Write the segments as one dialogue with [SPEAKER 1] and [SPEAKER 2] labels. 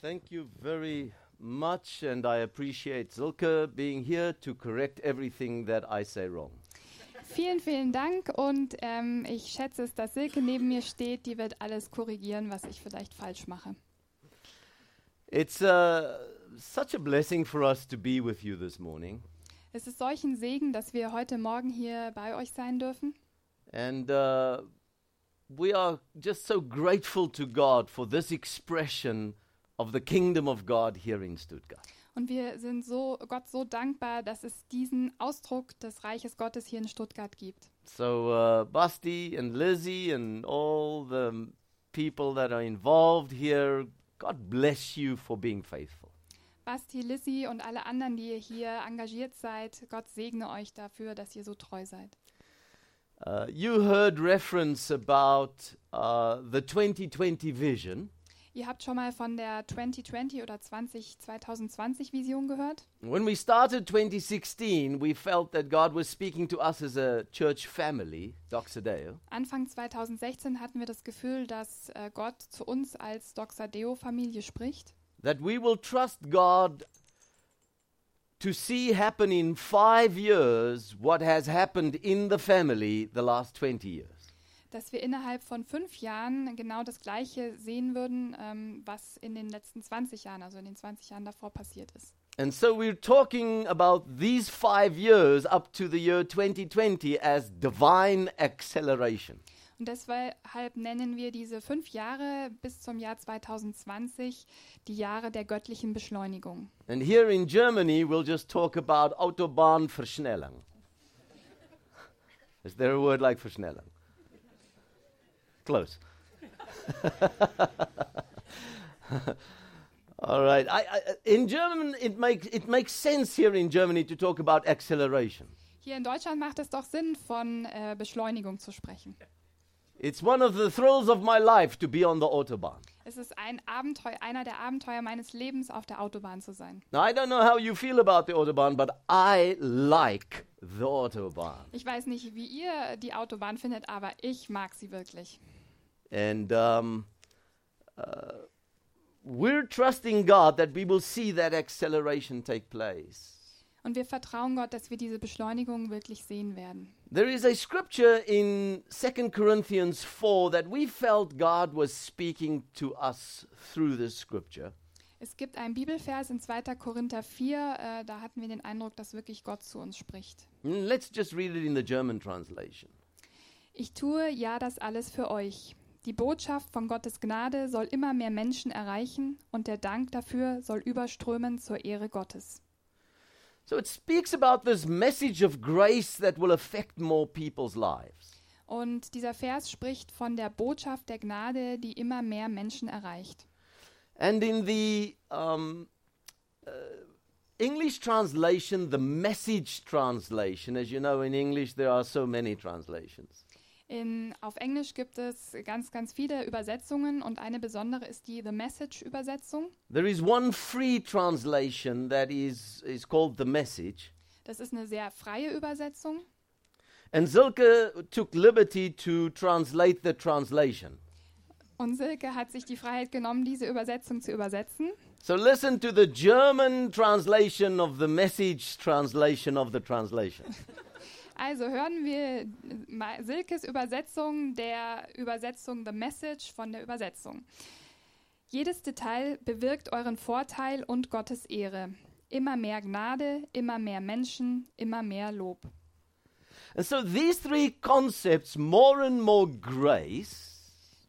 [SPEAKER 1] Thank you very much, and I appreciate Silke being here to correct everything that I say wrong.
[SPEAKER 2] Vielen, vielen Dank und ähm, ich schätze es, dass Silke neben mir steht. Die wird alles korrigieren, was ich vielleicht falsch mache.
[SPEAKER 1] It's uh, such a blessing for us to be with you this morning,
[SPEAKER 2] Es ist solch ein Segen, dass wir heute Morgen hier bei euch sein dürfen.
[SPEAKER 1] and uh, we are just so grateful to God for this expression of the kingdom of God here in Stuttgart.
[SPEAKER 2] Und wir sind so, Gott so dankbar, dass es diesen Ausdruck des Reiches Gottes hier in Stuttgart gibt.
[SPEAKER 1] So, uh, Basti and Lizzie and all the m- people that are involved here, God bless you for being faithful.
[SPEAKER 2] Basti, Lissy und alle anderen, die ihr hier engagiert seid, Gott segne euch dafür, dass ihr so treu seid.
[SPEAKER 1] Uh, you heard reference about uh, the 2020 vision.
[SPEAKER 2] Ihr habt schon mal von der 2020 oder 20 2020 Vision gehört.
[SPEAKER 1] When we started 2016, we felt that God was speaking to us as a church family, Doxodeo.
[SPEAKER 2] Anfang 2016 hatten wir das Gefühl, dass äh, Gott zu uns als Doxadeo-Familie spricht.
[SPEAKER 1] that we will trust God to see happen in five years what has happened in the family the last 20 years.
[SPEAKER 2] dass wir innerhalb von fünf Jahren genau das Gleiche sehen würden, ähm, was in den letzten 20 Jahren, also in den 20 Jahren davor passiert ist.
[SPEAKER 1] And so we're talking about these five years up to the year 2020 as divine acceleration.
[SPEAKER 2] Und deshalb nennen wir diese fünf Jahre bis zum Jahr 2020 die Jahre der göttlichen Beschleunigung.
[SPEAKER 1] And here in Germany, we'll just talk about Autobahnversnelling. Is there a word like Versnelling? Close. All right. I, I, in German, it makes it makes sense here in Germany to talk about acceleration.
[SPEAKER 2] Hier in Deutschland macht es doch Sinn, von äh, Beschleunigung zu sprechen.
[SPEAKER 1] It's one of the thrills of my life to be on the autobahn.
[SPEAKER 2] Es ist ein Abenteuer, einer der Abenteuer meines Lebens, auf der Autobahn zu sein.
[SPEAKER 1] Now I don't know how you feel about the autobahn, but I like the autobahn.
[SPEAKER 2] Ich weiß nicht, wie ihr die Autobahn findet, aber ich mag sie wirklich.
[SPEAKER 1] And um, uh, we're trusting God that we will see that acceleration take place.
[SPEAKER 2] Und wir vertrauen Gott, dass wir diese Beschleunigung wirklich sehen werden.
[SPEAKER 1] There is a scripture in 2 Corinthians 4 that we felt God was speaking to us through this scripture.
[SPEAKER 2] Es gibt einen Bibelvers in 2. Korinther 4, äh, da hatten wir den Eindruck, dass wirklich Gott zu uns spricht.
[SPEAKER 1] Mm, Let's just read it in the German translation.
[SPEAKER 2] Ich tue ja das alles für euch. Die Botschaft von Gottes Gnade soll immer mehr Menschen erreichen und der Dank dafür soll überströmen zur Ehre Gottes.
[SPEAKER 1] So it speaks about this message of grace that will affect more people's lives.
[SPEAKER 2] Und dieser Vers spricht von der Botschaft der Gnade, die immer mehr Menschen erreicht.
[SPEAKER 1] And in the um, uh, English translation, the message translation, as you know, in English there are so many translations.
[SPEAKER 2] In, auf Englisch gibt es ganz, ganz viele Übersetzungen und eine besondere ist die The Message-Übersetzung.
[SPEAKER 1] There is one free translation that is, is called the message.
[SPEAKER 2] Das ist eine sehr freie Übersetzung.
[SPEAKER 1] And Zilke took liberty to translate the translation.
[SPEAKER 2] Und Silke hat sich die Freiheit genommen, diese Übersetzung zu übersetzen.
[SPEAKER 1] So listen to the German translation of the message translation of the translation.
[SPEAKER 2] Also hören wir äh, Ma- Silkes Übersetzung der Übersetzung The Message von der Übersetzung. Jedes Detail bewirkt euren Vorteil und Gottes Ehre. Immer mehr Gnade, immer mehr Menschen, immer mehr Lob.
[SPEAKER 1] and so these three concepts, more and more grace,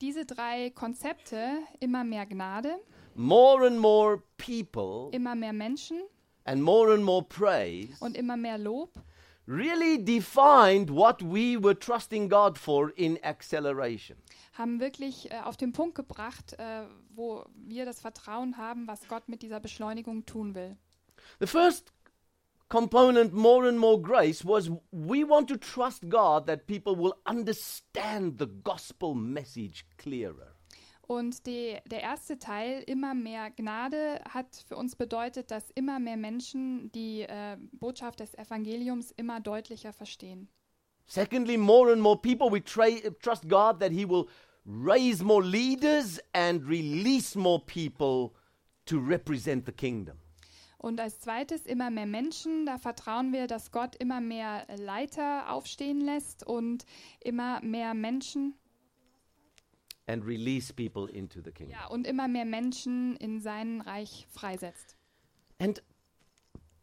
[SPEAKER 2] Diese drei Konzepte, immer mehr Gnade,
[SPEAKER 1] more and more people,
[SPEAKER 2] immer mehr Menschen
[SPEAKER 1] and more and more praise
[SPEAKER 2] und immer mehr Lob,
[SPEAKER 1] really defined what we were trusting God for in acceleration.
[SPEAKER 2] haben wirklich äh, auf den Punkt gebracht, äh, wo wir das Vertrauen haben, was Gott mit dieser Beschleunigung tun will.
[SPEAKER 1] The first component, more and more grace, was we want to trust God that people will understand the gospel message clearer.
[SPEAKER 2] Und die, der erste Teil, immer mehr Gnade, hat für uns bedeutet, dass immer mehr Menschen die äh, Botschaft des Evangeliums immer deutlicher verstehen.
[SPEAKER 1] Secondly, more and more people, we tra- trust God that He will raise more leaders and release more people to represent the kingdom.
[SPEAKER 2] Und als zweites immer mehr Menschen. Da vertrauen wir, dass Gott immer mehr Leiter aufstehen lässt und immer mehr Menschen
[SPEAKER 1] and release people into the kingdom.
[SPEAKER 2] ja, und immer mehr Menschen in sein Reich freisetzt.
[SPEAKER 1] And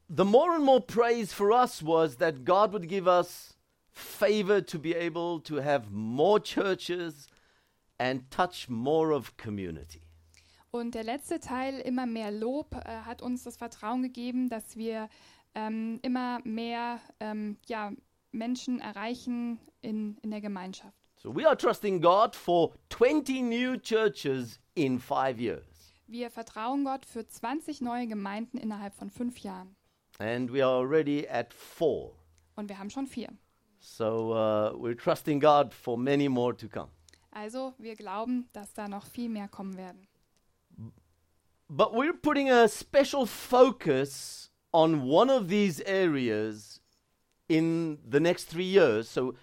[SPEAKER 1] the more and more praise for us was that God would give us favor to be able to have more churches and touch more of community.
[SPEAKER 2] Und der letzte Teil, immer mehr Lob, äh, hat uns das Vertrauen gegeben, dass wir ähm, immer mehr ähm, ja, Menschen erreichen in, in der Gemeinschaft.
[SPEAKER 1] So we are trusting God for 20 new churches in 5 years.
[SPEAKER 2] Wir vertrauen Gott für 20 neue Gemeinden innerhalb von fünf Jahren.
[SPEAKER 1] And we are already at 4.
[SPEAKER 2] Und wir haben schon vier.
[SPEAKER 1] So uh, we're trusting God for many more to come.
[SPEAKER 2] Also wir glauben, dass da noch viel mehr kommen werden.
[SPEAKER 1] But we're putting a special focus on one of these areas in the next three years. So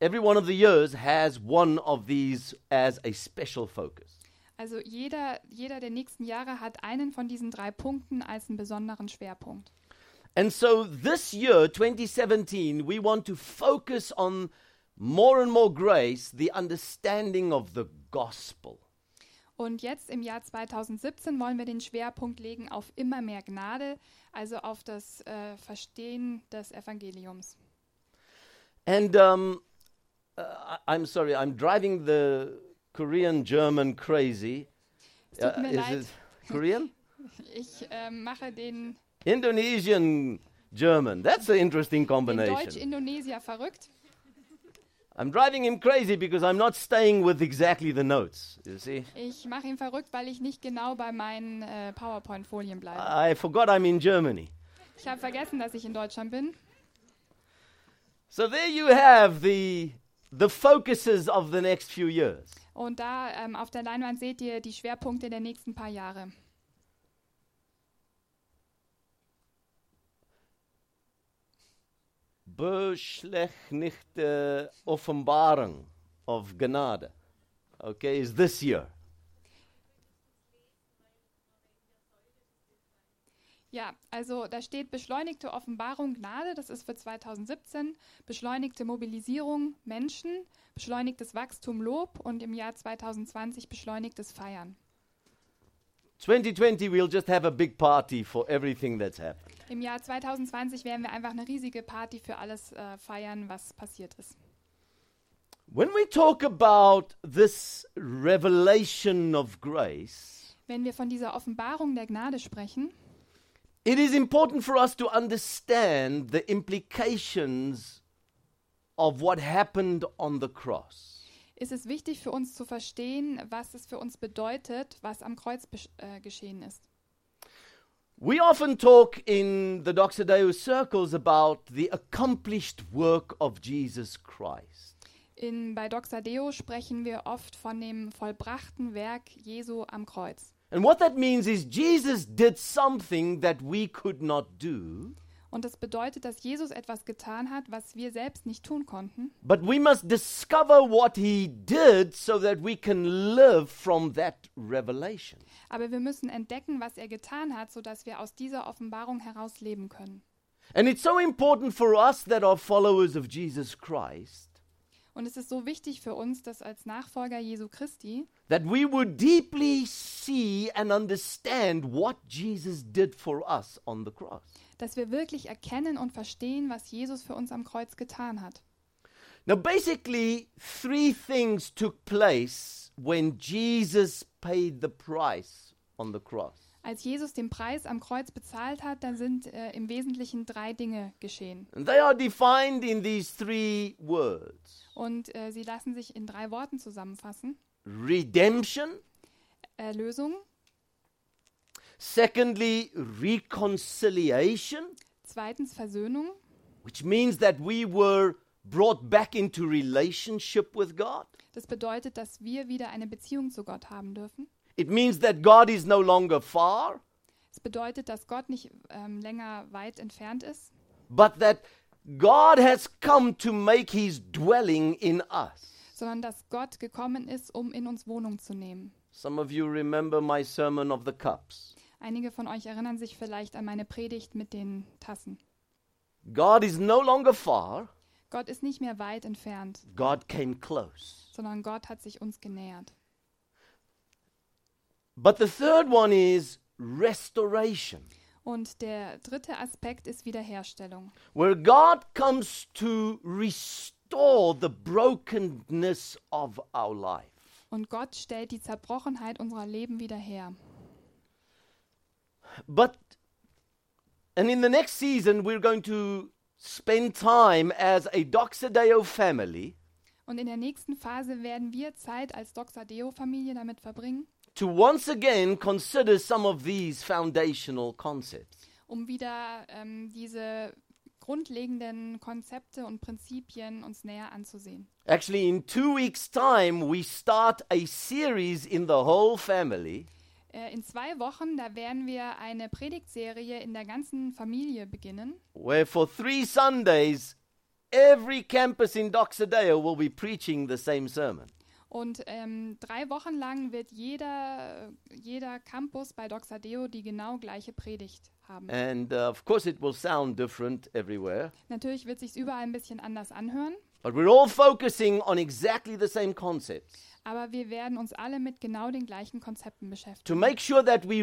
[SPEAKER 1] every one of the years has one of these as a special focus.
[SPEAKER 2] Also jeder, jeder der nächsten Jahre hat einen von diesen drei Punkten als einen besonderen Schwerpunkt.
[SPEAKER 1] And so this year, 2017, we want to focus on more and more grace, the understanding of the gospel.
[SPEAKER 2] Und jetzt im Jahr 2017 wollen wir den Schwerpunkt legen auf immer mehr Gnade, also auf das äh, Verstehen des Evangeliums.
[SPEAKER 1] And um, uh, I- I'm sorry, I'm driving the Korean German crazy. Uh,
[SPEAKER 2] Es tut mir leid,
[SPEAKER 1] is it Korean?
[SPEAKER 2] ich äh, mache den,
[SPEAKER 1] Indonesian German. That's an interesting
[SPEAKER 2] den
[SPEAKER 1] combination.
[SPEAKER 2] Deutsch-Indonesier verrückt.
[SPEAKER 1] I'm driving him crazy because I'm not staying with exactly the notes. You see,
[SPEAKER 2] Ich mache ihn verrückt, weil ich nicht genau bei meinen äh, PowerPoint-Folien bleibe.
[SPEAKER 1] I forgot I'm in Germany.
[SPEAKER 2] Ich habe vergessen, dass ich in Deutschland bin.
[SPEAKER 1] So there you have the the focuses of the next few years.
[SPEAKER 2] Und da ähm, auf der Leinwand seht ihr die Schwerpunkte der nächsten paar Jahre.
[SPEAKER 1] Beschlechtnichte Offenbarung of Gnade. Okay, is this year.
[SPEAKER 2] Ja, also da steht beschleunigte Offenbarung Gnade, das ist für 2017, beschleunigte Mobilisierung Menschen, beschleunigtes Wachstum Lob und im Jahr 2020 beschleunigtes Feiern.
[SPEAKER 1] 2020 we'll just have a big party for everything that's happened.
[SPEAKER 2] Im Jahr 2020 werden wir einfach eine riesige Party für alles äh, feiern, was passiert ist.
[SPEAKER 1] When we talk about this revelation of grace,
[SPEAKER 2] Wenn wir von dieser Offenbarung der Gnade sprechen,
[SPEAKER 1] It is important for us to understand the implications of what happened on the cross.
[SPEAKER 2] ist es wichtig für uns zu verstehen, was es für uns bedeutet, was am Kreuz besch- äh, geschehen ist.
[SPEAKER 1] We often talk in the Doxodeo circles about the accomplished work of Jesus Christ.
[SPEAKER 2] In, bei Doxadeo sprechen wir oft von dem vollbrachten Werk Jesu am Kreuz.
[SPEAKER 1] And what that means is Jesus did something that we could not do,
[SPEAKER 2] Und das bedeutet, dass Jesus etwas getan hat, was wir selbst nicht tun konnten.
[SPEAKER 1] but we must discover what he did so that we can live from that revelation.
[SPEAKER 2] Aber wir müssen entdecken, was er getan hat, sodass wir aus dieser Offenbarung heraus leben können.
[SPEAKER 1] And it's so important for us that are followers of Jesus Christ
[SPEAKER 2] Und es ist so wichtig für uns, dass als Nachfolger Jesu Christi,
[SPEAKER 1] that we would deeply see and understand what Jesus did for us on the cross.
[SPEAKER 2] dass wir wirklich erkennen und verstehen, was Jesus für uns am Kreuz getan hat.
[SPEAKER 1] Now, basically, three things took place when Jesus paid the price on the cross.
[SPEAKER 2] Als Jesus den Preis am Kreuz bezahlt hat, dann sind äh, im Wesentlichen drei Dinge geschehen.
[SPEAKER 1] And they are defined in these three words
[SPEAKER 2] Und äh, sie lassen sich in drei Worten zusammenfassen.
[SPEAKER 1] redemption,
[SPEAKER 2] Erlösung,
[SPEAKER 1] secondly, reconciliation,
[SPEAKER 2] zweitens Versöhnung,
[SPEAKER 1] which means that we were brought back into relationship with God.
[SPEAKER 2] das bedeutet, dass wir wieder eine Beziehung zu Gott haben dürfen.
[SPEAKER 1] It means that God is no longer far,
[SPEAKER 2] Es bedeutet, dass Gott nicht ähm, länger weit entfernt ist,
[SPEAKER 1] but that God has come to make his dwelling in us.
[SPEAKER 2] sondern dass Gott gekommen ist, um in uns Wohnung zu nehmen.
[SPEAKER 1] Some of you remember my sermon of the cups.
[SPEAKER 2] Einige von euch erinnern sich vielleicht an meine Predigt mit den Tassen.
[SPEAKER 1] God is no longer far,
[SPEAKER 2] Gott ist nicht mehr weit entfernt,
[SPEAKER 1] God came close.
[SPEAKER 2] sondern Gott hat sich uns genähert.
[SPEAKER 1] But the third one is restoration,
[SPEAKER 2] Und der dritte Aspekt ist Wiederherstellung,
[SPEAKER 1] where God comes to restore the brokenness of our life.
[SPEAKER 2] Und Gott stellt die Zerbrochenheit unserer Leben wieder her.
[SPEAKER 1] But, and in the next season, we're going to spend time as a Doxodeo family
[SPEAKER 2] Und in der nächsten Phase werden wir Zeit als Doxadeo-Familie damit verbringen,
[SPEAKER 1] to once again consider some of these foundational concepts.
[SPEAKER 2] um wieder ähm, diese grundlegenden Konzepte und Prinzipien uns näher anzusehen.
[SPEAKER 1] Actually, in two weeks' time, we start a series in the whole family
[SPEAKER 2] Äh, in zwei Wochen, da werden wir eine Predigtserie in der ganzen Familie beginnen.
[SPEAKER 1] where for three Sundays, every campus in Doxodeo will be preaching the same sermon.
[SPEAKER 2] Und ähm, drei Wochen lang wird jeder, jeder Campus bei Doxadeo die genau gleiche Predigt haben.
[SPEAKER 1] And uh, of course, it will sound different everywhere,
[SPEAKER 2] Natürlich wird sich überall ein bisschen anders anhören.
[SPEAKER 1] but we're all focusing on exactly the same concepts
[SPEAKER 2] Aber wir werden uns alle mit genau den gleichen Konzepten beschäftigen,
[SPEAKER 1] to make sure that we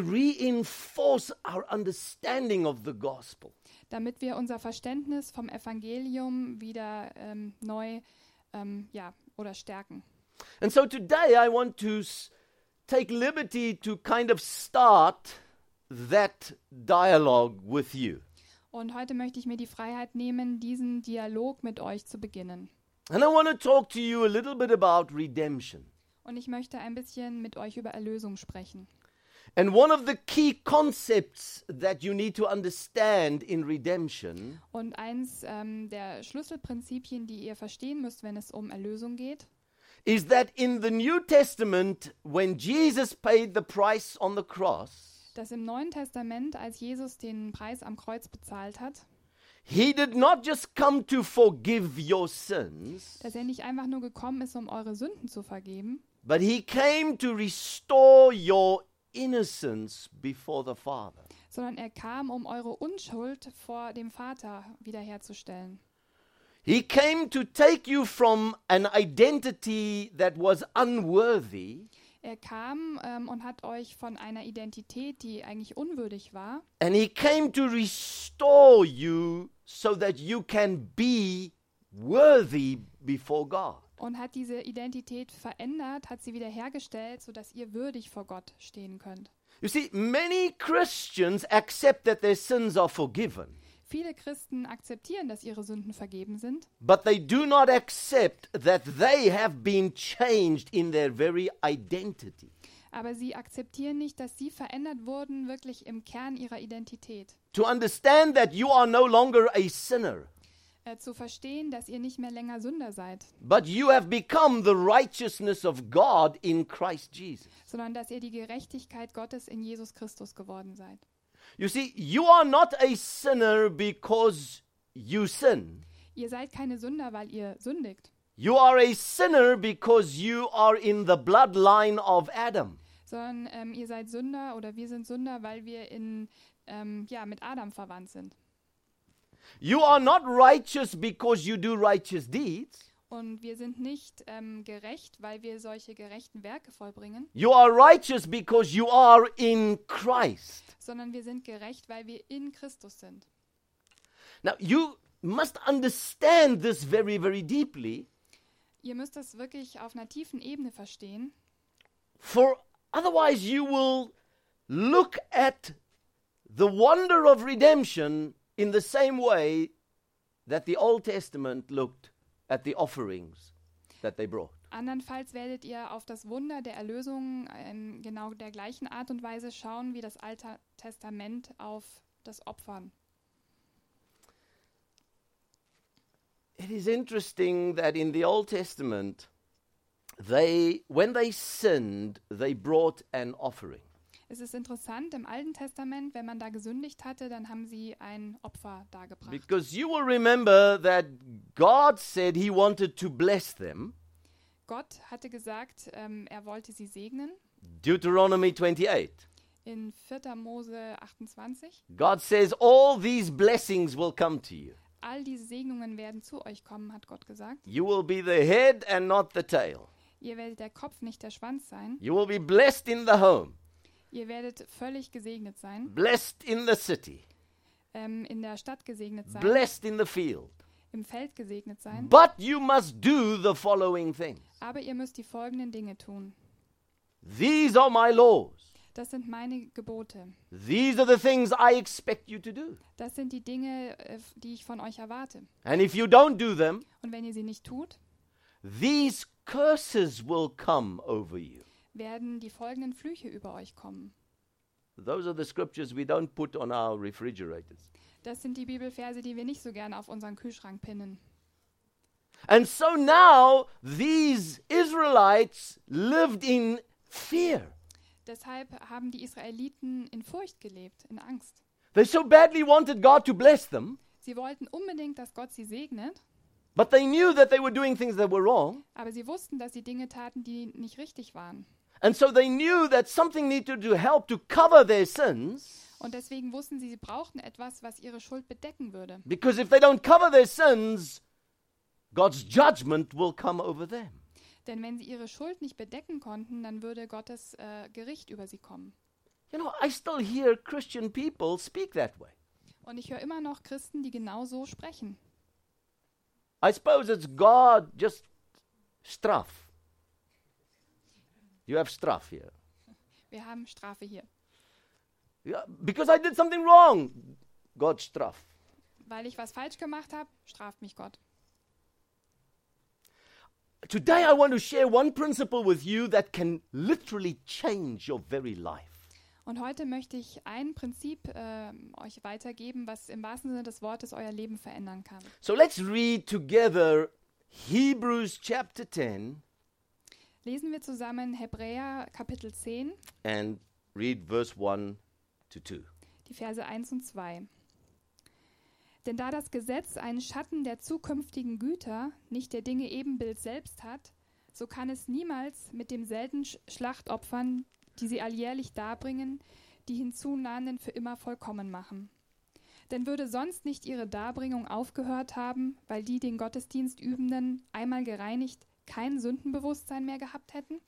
[SPEAKER 1] reinforce our understanding of the gospel.
[SPEAKER 2] damit wir unser Verständnis vom Evangelium wieder ähm, neu ähm, ja, oder stärken.
[SPEAKER 1] And so today, I want to s- take liberty to kind of start that dialogue with you.
[SPEAKER 2] Und heute möchte ich mir die Freiheit nehmen, diesen Dialog mit euch zu beginnen.
[SPEAKER 1] And I want to talk to you a little bit about redemption.
[SPEAKER 2] Und ich möchte ein bisschen mit euch über Erlösung sprechen.
[SPEAKER 1] And one of the key concepts that you need to understand in redemption
[SPEAKER 2] Und eins ähm, der Schlüsselprinzipien, die ihr verstehen müsst, wenn es um Erlösung geht,
[SPEAKER 1] is that in the New Testament, when Jesus paid the price on the cross,
[SPEAKER 2] dass im Neuen Testament, als Jesus den Preis am Kreuz bezahlt hat,
[SPEAKER 1] he did not just come to forgive your sins,
[SPEAKER 2] dass er nicht einfach nur gekommen ist, um eure Sünden zu vergeben,
[SPEAKER 1] but he came to restore your innocence before the Father.
[SPEAKER 2] sondern er kam, um eure Unschuld vor dem Vater wiederherzustellen.
[SPEAKER 1] He came to take you from an identity that was unworthy
[SPEAKER 2] Er kam ähm, und hat euch von einer Identität, die eigentlich unwürdig war,
[SPEAKER 1] And he came to restore you so that you can be worthy before God.
[SPEAKER 2] und hat diese Identität verändert, hat sie wiederhergestellt, sodass ihr würdig vor Gott stehen könnt.
[SPEAKER 1] You see, many Christians accept that their sins are forgiven,
[SPEAKER 2] Viele Christen akzeptieren, dass ihre Sünden vergeben sind,
[SPEAKER 1] but they do not accept that they have been changed in their very identity.
[SPEAKER 2] aber sie akzeptieren nicht, dass sie verändert wurden, wirklich im Kern ihrer Identität.
[SPEAKER 1] To understand that you are no longer a sinner,
[SPEAKER 2] Äh, zu verstehen, dass ihr nicht mehr länger Sünder seid,
[SPEAKER 1] but you have become the righteousness of God in Christ Jesus.
[SPEAKER 2] sondern dass ihr die Gerechtigkeit Gottes in Jesus Christus geworden seid.
[SPEAKER 1] You see, you are not a sinner because you sin.
[SPEAKER 2] Ihr seid keine Sünder, weil ihr sündigt,
[SPEAKER 1] You are a sinner because you are in the bloodline of Adam.
[SPEAKER 2] sondern ähm, ihr seid Sünder oder wir sind Sünder, weil wir in, ähm, ja, mit Adam verwandt sind.
[SPEAKER 1] You are not righteous because you do righteous deeds.
[SPEAKER 2] Und wir sind nicht ähm, gerecht, weil wir solche gerechten Werke vollbringen,
[SPEAKER 1] You are righteous because you are in Christ.
[SPEAKER 2] sondern wir sind gerecht, weil wir in Christus sind.
[SPEAKER 1] Now, you must understand this very, very deeply,
[SPEAKER 2] Ihr müsst das wirklich auf einer tiefen Ebene verstehen,
[SPEAKER 1] for otherwise, you will look at the wonder of redemption in the same way that the Old Testament looked at the offerings that they brought.
[SPEAKER 2] Andernfalls werdet ihr auf das Wunder der Erlösung in genau der gleichen Art und Weise schauen wie das Alte Testament auf das Opfern.
[SPEAKER 1] It is interesting that in the Old Testament, they, when they sinned, they brought an offering.
[SPEAKER 2] Es ist interessant, im Alten Testament, wenn man da gesündigt hatte, dann haben sie ein Opfer dargebracht.
[SPEAKER 1] Because you will remember that God said He wanted to bless them.
[SPEAKER 2] Gott hatte gesagt, ähm, er wollte sie segnen.
[SPEAKER 1] Deuteronomy 28.
[SPEAKER 2] in 4. Mose 28.
[SPEAKER 1] God says, All these blessings will come to you.
[SPEAKER 2] All diese Segnungen werden zu euch kommen, hat Gott gesagt.
[SPEAKER 1] You will be the head and not the tail.
[SPEAKER 2] Ihr werdet der Kopf, nicht der Schwanz sein.
[SPEAKER 1] You will be blessed in the home,
[SPEAKER 2] Ihr werdet völlig gesegnet sein,
[SPEAKER 1] blessed in the city,
[SPEAKER 2] ähm, in der Stadt gesegnet sein,
[SPEAKER 1] blessed in the field.
[SPEAKER 2] im Feld gesegnet sein.
[SPEAKER 1] But you must do the following things.
[SPEAKER 2] Aber ihr müsst die folgenden Dinge tun.
[SPEAKER 1] These are my laws.
[SPEAKER 2] Das sind meine Gebote.
[SPEAKER 1] These are the things I expect you to do.
[SPEAKER 2] Das sind die Dinge, äh, f- die ich von euch erwarte.
[SPEAKER 1] And if you don't do them,
[SPEAKER 2] Und wenn ihr sie nicht tut,
[SPEAKER 1] these curses will come over you.
[SPEAKER 2] werden die folgenden Flüche über euch kommen.
[SPEAKER 1] Those are the scriptures we don't put on our refrigerators.
[SPEAKER 2] Das sind die Bibelverse, die wir nicht so gerne auf unseren Kühlschrank pinnen.
[SPEAKER 1] And so now these Israelites lived in fear.
[SPEAKER 2] Deshalb haben die Israeliten in Furcht gelebt, in Angst.
[SPEAKER 1] They so badly wanted God to bless them,
[SPEAKER 2] Sie wollten unbedingt, dass Gott sie segnet,
[SPEAKER 1] but they knew that they were doing things that were wrong.
[SPEAKER 2] aber sie wussten, dass sie Dinge taten, die nicht richtig waren.
[SPEAKER 1] And so they knew that something needed to help to cover their sins,
[SPEAKER 2] Und deswegen wussten sie, sie brauchten etwas, was ihre Schuld bedecken würde.
[SPEAKER 1] because if they don't cover their sins, God's judgment will come over them.
[SPEAKER 2] Denn wenn sie ihre Schuld nicht bedecken konnten, dann würde Gottes äh, Gericht über sie kommen.
[SPEAKER 1] You know, I still hear Christian people speak that way.
[SPEAKER 2] Und ich höre immer noch Christen, die genau so sprechen.
[SPEAKER 1] I suppose it's God just straf. You have straf here.
[SPEAKER 2] Wir haben Strafe hier,
[SPEAKER 1] Yeah, because I did something wrong. God straf.
[SPEAKER 2] weil ich was falsch gemacht habe, straft mich Gott.
[SPEAKER 1] Today I want to share one principle with you that can literally change your very life.
[SPEAKER 2] Und heute möchte ich ein Prinzip ähm, euch weitergeben, was im wahrsten Sinne des Wortes euer Leben verändern kann.
[SPEAKER 1] So let's read together Hebrews chapter 10
[SPEAKER 2] Lesen wir zusammen Hebräer Kapitel 10,
[SPEAKER 1] and read verse 1 to 2.
[SPEAKER 2] die Verse 1 und 2. Denn da das Gesetz einen Schatten der zukünftigen Güter, nicht der Dinge Ebenbild selbst hat, so kann es niemals mit demselben Sch- Schlachtopfern, die sie alljährlich darbringen, die Hinzunahenden für immer vollkommen machen. Denn würde sonst nicht ihre Darbringung aufgehört haben, weil die den Gottesdienst Übenden, einmal gereinigt, kein Sündenbewusstsein mehr gehabt hätten?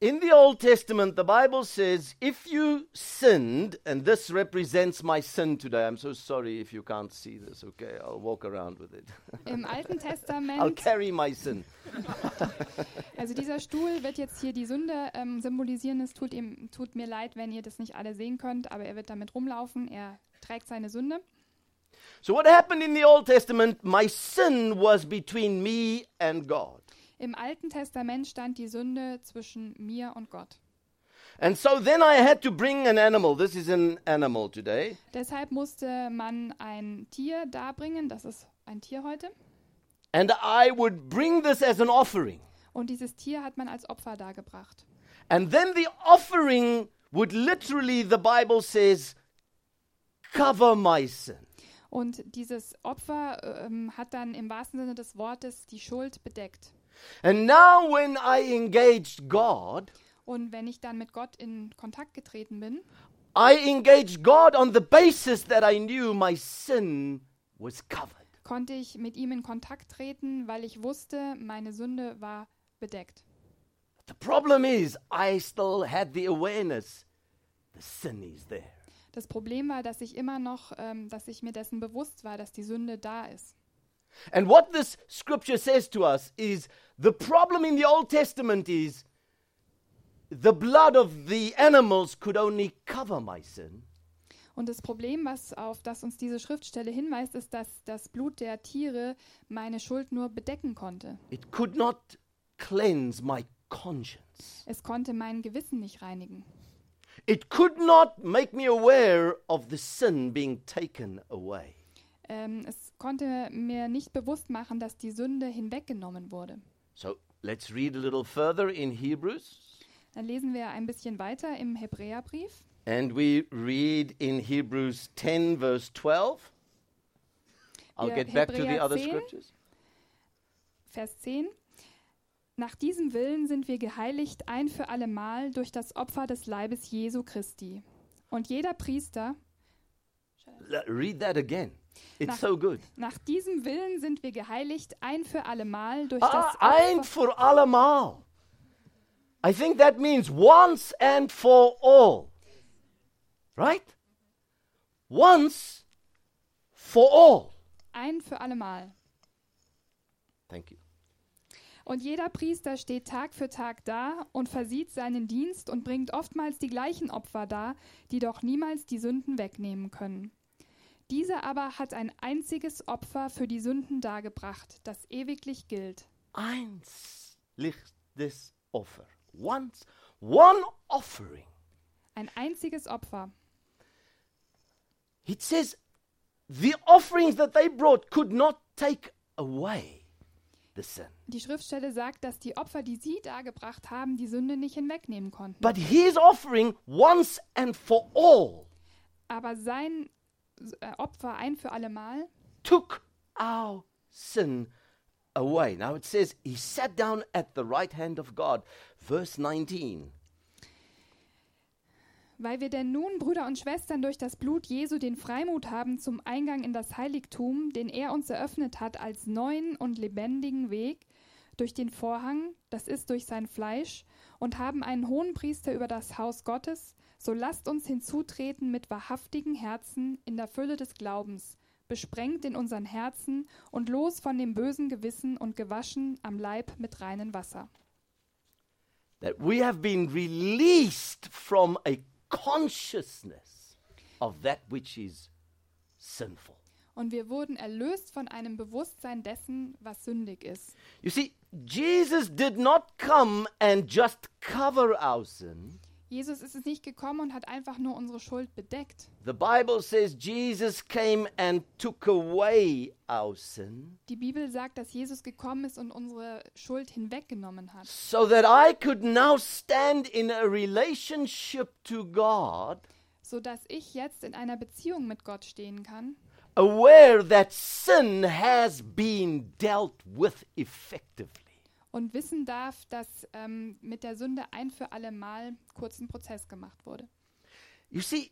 [SPEAKER 1] In the Old Testament, the Bible says, if you sinned, and this represents my sin today, I'm so sorry if you can't see this, okay? I'll walk around with it.
[SPEAKER 2] Im Alten
[SPEAKER 1] I'll
[SPEAKER 2] Testament
[SPEAKER 1] carry my sin.
[SPEAKER 2] Also dieser Stuhl wird jetzt hier die Sünde ähm, symbolisieren. Es tut, ihm, tut mir leid, wenn ihr das nicht alle sehen könnt, aber er wird damit rumlaufen. Er trägt seine Sünde.
[SPEAKER 1] So, what happened in the Old Testament? My sin was between me and God.
[SPEAKER 2] Im Alten Testament stand die Sünde zwischen mir und Gott.
[SPEAKER 1] And so then I had to bring an animal. This is an animal today.
[SPEAKER 2] Deshalb musste man ein Tier darbringen, das ist ein Tier heute,
[SPEAKER 1] And I would bring this as an offering.
[SPEAKER 2] und dieses Tier hat man als Opfer dargebracht.
[SPEAKER 1] And then the offering would literally, the Bible says, cover my sin.
[SPEAKER 2] Und dieses Opfer äh, ähm, hat dann im wahrsten Sinne des Wortes die Schuld bedeckt.
[SPEAKER 1] And now, when I engaged God,
[SPEAKER 2] Und wenn ich dann mit Gott in Kontakt getreten bin,
[SPEAKER 1] I engaged God on the basis that I knew my sin was covered.
[SPEAKER 2] konnte ich mit ihm in Kontakt treten, weil ich wusste, meine Sünde war bedeckt.
[SPEAKER 1] The problem is, I still had the awareness the sin is there.
[SPEAKER 2] Das Problem war, dass ich immer noch, ähm, dass ich mir dessen bewusst war, dass die Sünde da ist.
[SPEAKER 1] And what this scripture says to us is the problem in the Old Testament is the blood of the animals could only cover my sin.
[SPEAKER 2] Und das Problem, was auf das uns diese Schriftstelle hinweist, ist, dass das Blut der Tiere meine Schuld nur bedecken konnte.
[SPEAKER 1] It could not cleanse my conscience.
[SPEAKER 2] Es konnte mein Gewissen nicht reinigen.
[SPEAKER 1] It could not make me aware of the sin being taken away.
[SPEAKER 2] Ähm, es konnte mir nicht bewusst machen, dass die Sünde hinweggenommen wurde.
[SPEAKER 1] So let's read a little further in Hebrews.
[SPEAKER 2] Dann lesen wir ein bisschen weiter im Hebräerbrief.
[SPEAKER 1] And we read in Hebrews 10, verse 12. I'll
[SPEAKER 2] Yeah,
[SPEAKER 1] get back to the
[SPEAKER 2] Hebräer
[SPEAKER 1] other
[SPEAKER 2] 10.
[SPEAKER 1] scriptures.
[SPEAKER 2] Vers 10. Nach diesem Willen sind wir geheiligt ein für allemal durch das Opfer des Leibes Jesu Christi. Und jeder Priester,
[SPEAKER 1] L- read that again. It's
[SPEAKER 2] Nach-
[SPEAKER 1] so good.
[SPEAKER 2] nach diesem Willen sind wir geheiligt ein für allemal durch das
[SPEAKER 1] Ah, ein
[SPEAKER 2] Opfer.
[SPEAKER 1] for allemal. I think that means once and for all. Right? Once for all.
[SPEAKER 2] Ein für allemal.
[SPEAKER 1] Thank you.
[SPEAKER 2] Und jeder Priester steht Tag für Tag da und versieht seinen Dienst und bringt oftmals die gleichen Opfer dar, die doch niemals die Sünden wegnehmen können. Dieser aber hat ein einziges Opfer für die Sünden dargebracht, das ewiglich gilt.
[SPEAKER 1] Eins liegt this offer. Once, one offering.
[SPEAKER 2] Ein einziges Opfer.
[SPEAKER 1] It says the offerings that they brought could not take away the sin.
[SPEAKER 2] Die Schriftstelle sagt, dass die Opfer, die sie dargebracht haben, die Sünde nicht hinwegnehmen konnten.
[SPEAKER 1] But his offering once and for all
[SPEAKER 2] Aber sein äh, Opfer ein für allemal
[SPEAKER 1] took our sin away. Now it says he sat down at the right hand of God. Verse 19.
[SPEAKER 2] Weil wir denn nun, Brüder und Schwestern, durch das Blut Jesu den Freimut haben zum Eingang in das Heiligtum, den er uns eröffnet hat als neuen und lebendigen Weg, durch den Vorhang, das ist durch sein Fleisch, und haben einen hohen Priester über das Haus Gottes, so lasst uns hinzutreten mit wahrhaftigen Herzen in der Fülle des Glaubens, besprengt in unseren Herzen und los von dem bösen Gewissen und gewaschen am Leib mit reinem Wasser.
[SPEAKER 1] That we have been released from a consciousness of that which is sinful.
[SPEAKER 2] Und wir wurden erlöst von einem Bewusstsein dessen, was sündig ist.
[SPEAKER 1] You see, Jesus did not come and just cover our sin.
[SPEAKER 2] Jesus ist es nicht gekommen und hat einfach nur unsere Schuld bedeckt.
[SPEAKER 1] The Bible says Jesus came and took away our sin
[SPEAKER 2] Die Bibel sagt, dass Jesus gekommen ist und unsere Schuld hinweggenommen hat,
[SPEAKER 1] so that I could now stand in a relationship to God,
[SPEAKER 2] sodass ich jetzt in einer Beziehung mit Gott stehen kann,
[SPEAKER 1] aware that sin has been dealt with effectively.
[SPEAKER 2] und wissen darf, dass ähm, mit der Sünde ein für alle Mal kurzen Prozess gemacht wurde.
[SPEAKER 1] You see,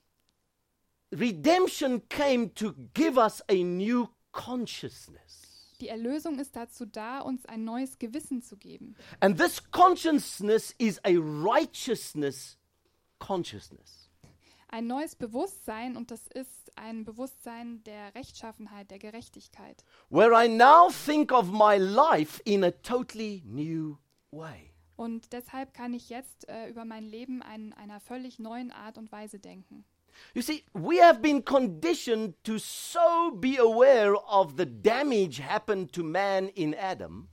[SPEAKER 1] redemption came to give us a new consciousness.
[SPEAKER 2] Die Erlösung ist dazu da, uns ein neues Gewissen zu geben.
[SPEAKER 1] And this consciousness is a righteousness consciousness.
[SPEAKER 2] Ein neues Bewusstsein und das ist ein Bewusstsein der Rechtschaffenheit, der Gerechtigkeit.
[SPEAKER 1] Where I now think of my life in a totally new way.
[SPEAKER 2] Und deshalb kann ich jetzt äh, über mein Leben in einer völlig neuen Art und Weise denken.
[SPEAKER 1] You see, we have been conditioned to so be aware of the damage happened to man in Adam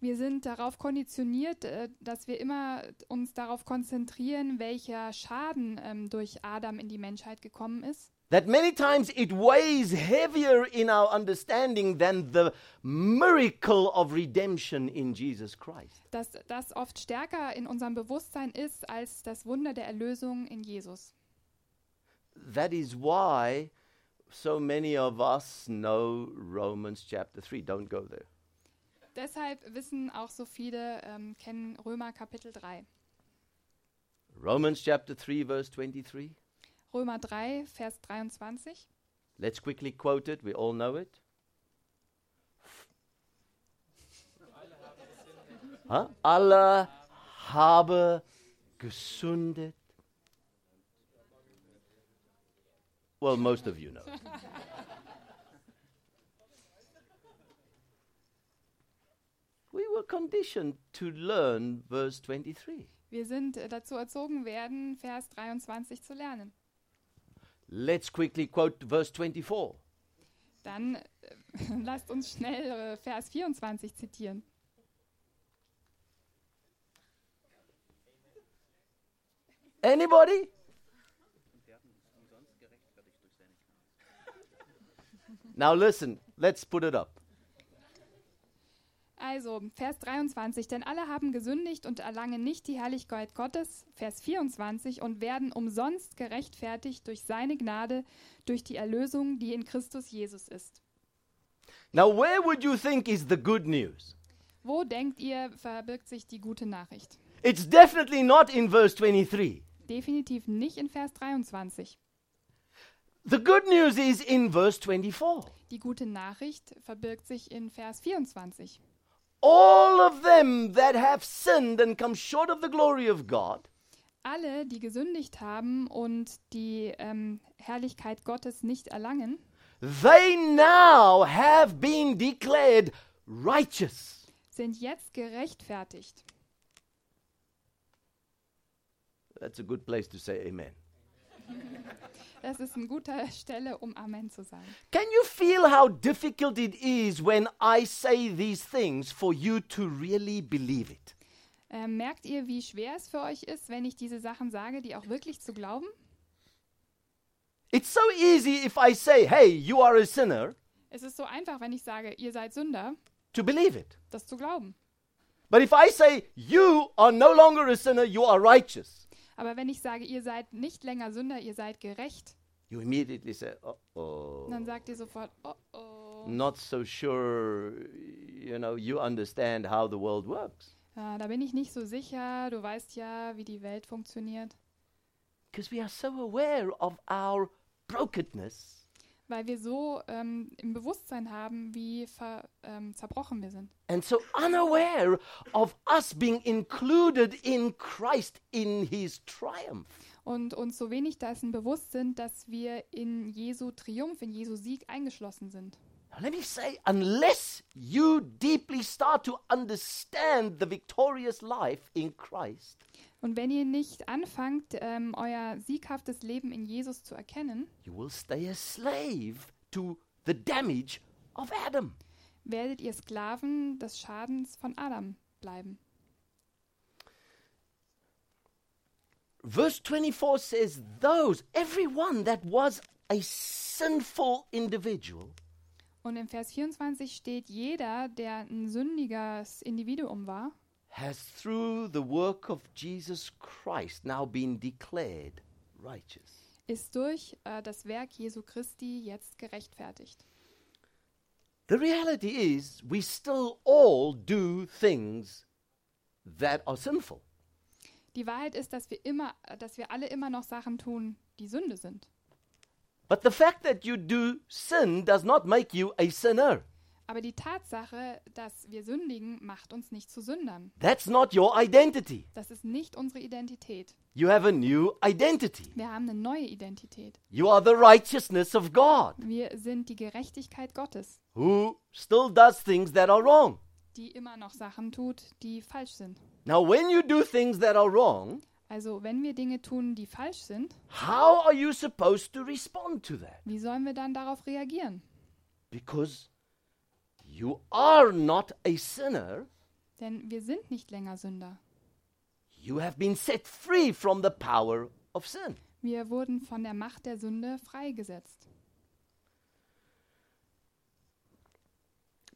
[SPEAKER 2] Wir sind darauf konditioniert, äh, dass wir immer uns darauf konzentrieren, welcher Schaden ähm, durch Adam in die Menschheit gekommen ist.
[SPEAKER 1] that many times it weighs heavier in our understanding than the miracle of redemption in Jesus Christ.
[SPEAKER 2] Dass das oft stärker in unserem Bewusstsein ist als das Wunder der Erlösung in Jesus.
[SPEAKER 1] That is why so many of us know Romans chapter 3. Don't go there.
[SPEAKER 2] Deshalb wissen auch so viele, ähm, kennen Römer Kapitel 3.
[SPEAKER 1] Romans chapter 3, verse 23.
[SPEAKER 2] Römer 3, Vers 23.
[SPEAKER 1] Let's quickly quote it. We all know it. huh? Alle habe gesundet. Well, most of you know. it. we were conditioned to learn verse 23.
[SPEAKER 2] Wir sind äh, dazu erzogen werden, Vers 23 zu lernen.
[SPEAKER 1] Let's quickly quote verse 24.
[SPEAKER 2] Dann äh, lasst uns schnell äh, Vers 24 zitieren.
[SPEAKER 1] Anybody? Now listen, let's put it up.
[SPEAKER 2] Also, Vers 23, denn alle haben gesündigt und erlangen nicht die Herrlichkeit Gottes, Vers 24, und werden umsonst gerechtfertigt durch seine Gnade, durch die Erlösung, die in Christus Jesus ist.
[SPEAKER 1] Now, where would you think is the good news?
[SPEAKER 2] Wo denkt ihr, verbirgt sich die gute Nachricht?
[SPEAKER 1] It's definitely not in verse 23.
[SPEAKER 2] Definitiv nicht in Vers 23.
[SPEAKER 1] The good news is in verse 24.
[SPEAKER 2] Die gute Nachricht verbirgt sich in Vers 24.
[SPEAKER 1] All of them that have sinned and come short of the glory of God
[SPEAKER 2] Alle, die gesündigt haben und die ähm, Herrlichkeit Gottes nicht erlangen,
[SPEAKER 1] they now have been declared righteous.
[SPEAKER 2] sind jetzt gerechtfertigt.
[SPEAKER 1] That's a good place to say amen.
[SPEAKER 2] Das ist eine gute Stelle, um Amen zu sagen.
[SPEAKER 1] Can you feel how difficult it is when I say these things for you to really believe it?
[SPEAKER 2] Ähm, merkt ihr, wie schwer es für euch ist, wenn ich diese Sachen sage, die auch wirklich zu glauben?
[SPEAKER 1] It's so easy if I say, hey, you are a sinner,
[SPEAKER 2] Es ist so einfach, wenn ich sage, ihr seid Sünder,
[SPEAKER 1] to believe it.
[SPEAKER 2] das zu glauben.
[SPEAKER 1] But if I say, you are no longer a sinner, you are righteous,
[SPEAKER 2] Aber wenn ich sage, ihr seid nicht länger Sünder, ihr seid gerecht,
[SPEAKER 1] you immediately say, uh oh.
[SPEAKER 2] dann sagt ihr sofort, oh oh,
[SPEAKER 1] Not so sure, you know, you understand how the world works.
[SPEAKER 2] ah, da bin ich nicht so sicher, du weißt ja, wie die Welt funktioniert.
[SPEAKER 1] Because we are so aware of our brokenness
[SPEAKER 2] Weil wir so ähm, im Bewusstsein haben, wie ver, ähm, zerbrochen wir sind.
[SPEAKER 1] and so unaware of us being included in Christ in his triumph.
[SPEAKER 2] Und uns so wenig dessen bewusst sind, dass wir in Jesu Triumph, in Jesu Sieg eingeschlossen sind.
[SPEAKER 1] Now, let me say, unless you deeply start to understand the victorious life in Christ,
[SPEAKER 2] Und wenn ihr nicht anfangt, ähm, euer sieghaftes Leben in Jesus zu erkennen,
[SPEAKER 1] you will stay a slave to the damage of Adam.
[SPEAKER 2] werdet ihr Sklaven des Schadens von Adam bleiben.
[SPEAKER 1] Verse 24 says, Those, everyone that was a sinful individual,
[SPEAKER 2] Und in Vers 24 steht, jeder, der ein sündiges Individuum war,
[SPEAKER 1] has through the work of Jesus Christ now been declared righteous.
[SPEAKER 2] ist durch äh, das Werk Jesu Christi jetzt gerechtfertigt.
[SPEAKER 1] The reality is, we still all do things that are sinful.
[SPEAKER 2] Die Wahrheit ist, dass wir immer, äh, dass wir alle immer noch Sachen tun, die Sünde sind.
[SPEAKER 1] But the fact that you do sin does not make you a sinner.
[SPEAKER 2] Aber die Tatsache, dass wir sündigen, macht uns nicht zu Sündern.
[SPEAKER 1] That's not your identity.
[SPEAKER 2] Das ist nicht unsere Identität.
[SPEAKER 1] You have a new identity.
[SPEAKER 2] Wir haben eine neue Identität.
[SPEAKER 1] You are the righteousness of God
[SPEAKER 2] Wir sind die Gerechtigkeit Gottes,
[SPEAKER 1] who still does things that are wrong.
[SPEAKER 2] die immer noch Sachen tut, die falsch sind.
[SPEAKER 1] Now, when you do things that are wrong,
[SPEAKER 2] Also wenn wir Dinge tun, die falsch sind,
[SPEAKER 1] how are you supposed to respond to that?
[SPEAKER 2] wie sollen wir dann darauf reagieren?
[SPEAKER 1] Because you are not a sinner.
[SPEAKER 2] Denn wir sind nicht länger Sünder.
[SPEAKER 1] You have been set free from the power of sin.
[SPEAKER 2] Wir wurden von der Macht der Sünde freigesetzt.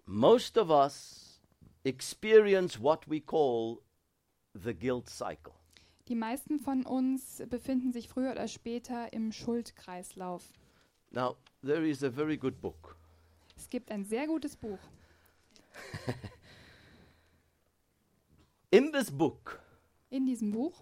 [SPEAKER 1] Most of us experience what we call the guilt cycle.
[SPEAKER 2] Die meisten von uns befinden sich früher oder später im Schuldkreislauf.
[SPEAKER 1] Now, there is a very good book.
[SPEAKER 2] Es gibt ein sehr gutes Buch.
[SPEAKER 1] In this book,
[SPEAKER 2] In diesem Buch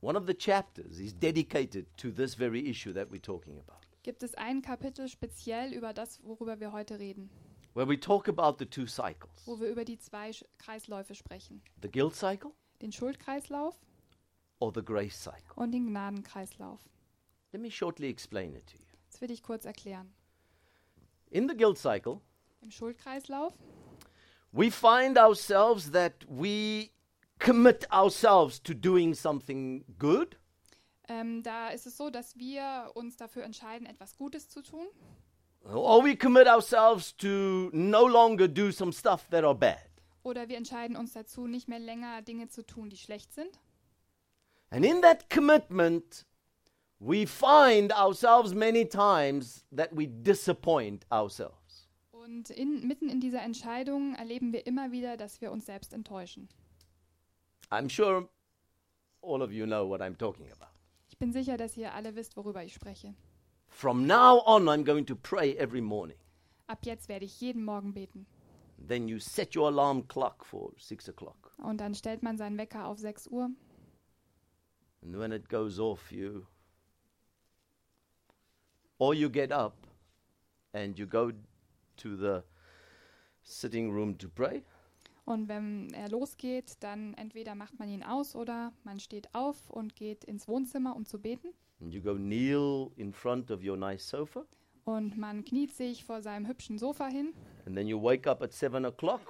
[SPEAKER 1] one of the chapters is dedicated to this very issue that we're talking about,
[SPEAKER 2] gibt es ein Kapitel speziell über das, worüber wir heute reden,
[SPEAKER 1] where we talk about the two cycles
[SPEAKER 2] wo wir über die zwei Sch Kreisläufe sprechen.
[SPEAKER 1] the guilt cycle
[SPEAKER 2] Den Schuldkreislauf
[SPEAKER 1] or the grace cycle.
[SPEAKER 2] und den Gnadenkreislauf.
[SPEAKER 1] Let me shortly explain it to you.
[SPEAKER 2] Das will ich kurz erklären.
[SPEAKER 1] In the guilt cycle,
[SPEAKER 2] Im Schuldkreislauf
[SPEAKER 1] we find ourselves that we commit ourselves to doing something good,
[SPEAKER 2] Ähm, da ist es so, dass wir uns dafür entscheiden, etwas Gutes zu tun.
[SPEAKER 1] or we commit ourselves to no longer do some stuff that are bad.
[SPEAKER 2] Oder wir entscheiden uns dazu, nicht mehr länger Dinge zu tun, die schlecht sind.
[SPEAKER 1] And in that commitment, we find ourselves many times that we disappoint ourselves.
[SPEAKER 2] Und in, mitten in dieser Entscheidung erleben wir immer wieder, dass wir uns selbst enttäuschen.
[SPEAKER 1] I'm sure all of you know what I'm talking about.
[SPEAKER 2] Ich bin sicher, dass ihr alle wisst, worüber ich spreche.
[SPEAKER 1] From now on, I'm going to pray every morning.
[SPEAKER 2] Ab jetzt werde ich jeden Morgen beten.
[SPEAKER 1] Then you set your alarm clock for six o'clock.
[SPEAKER 2] Und dann stellt man seinen Wecker auf 6 Uhr.
[SPEAKER 1] And when it goes off, you. Or you get up and you go to the sitting room to pray,
[SPEAKER 2] Und wenn er losgeht, dann entweder macht man ihn aus oder man steht auf und geht ins Wohnzimmer, um zu beten.
[SPEAKER 1] and you go kneel in front of your nice sofa,
[SPEAKER 2] Und man kniet sich vor seinem hübschen Sofa hin.
[SPEAKER 1] and then you wake up at seven o'clock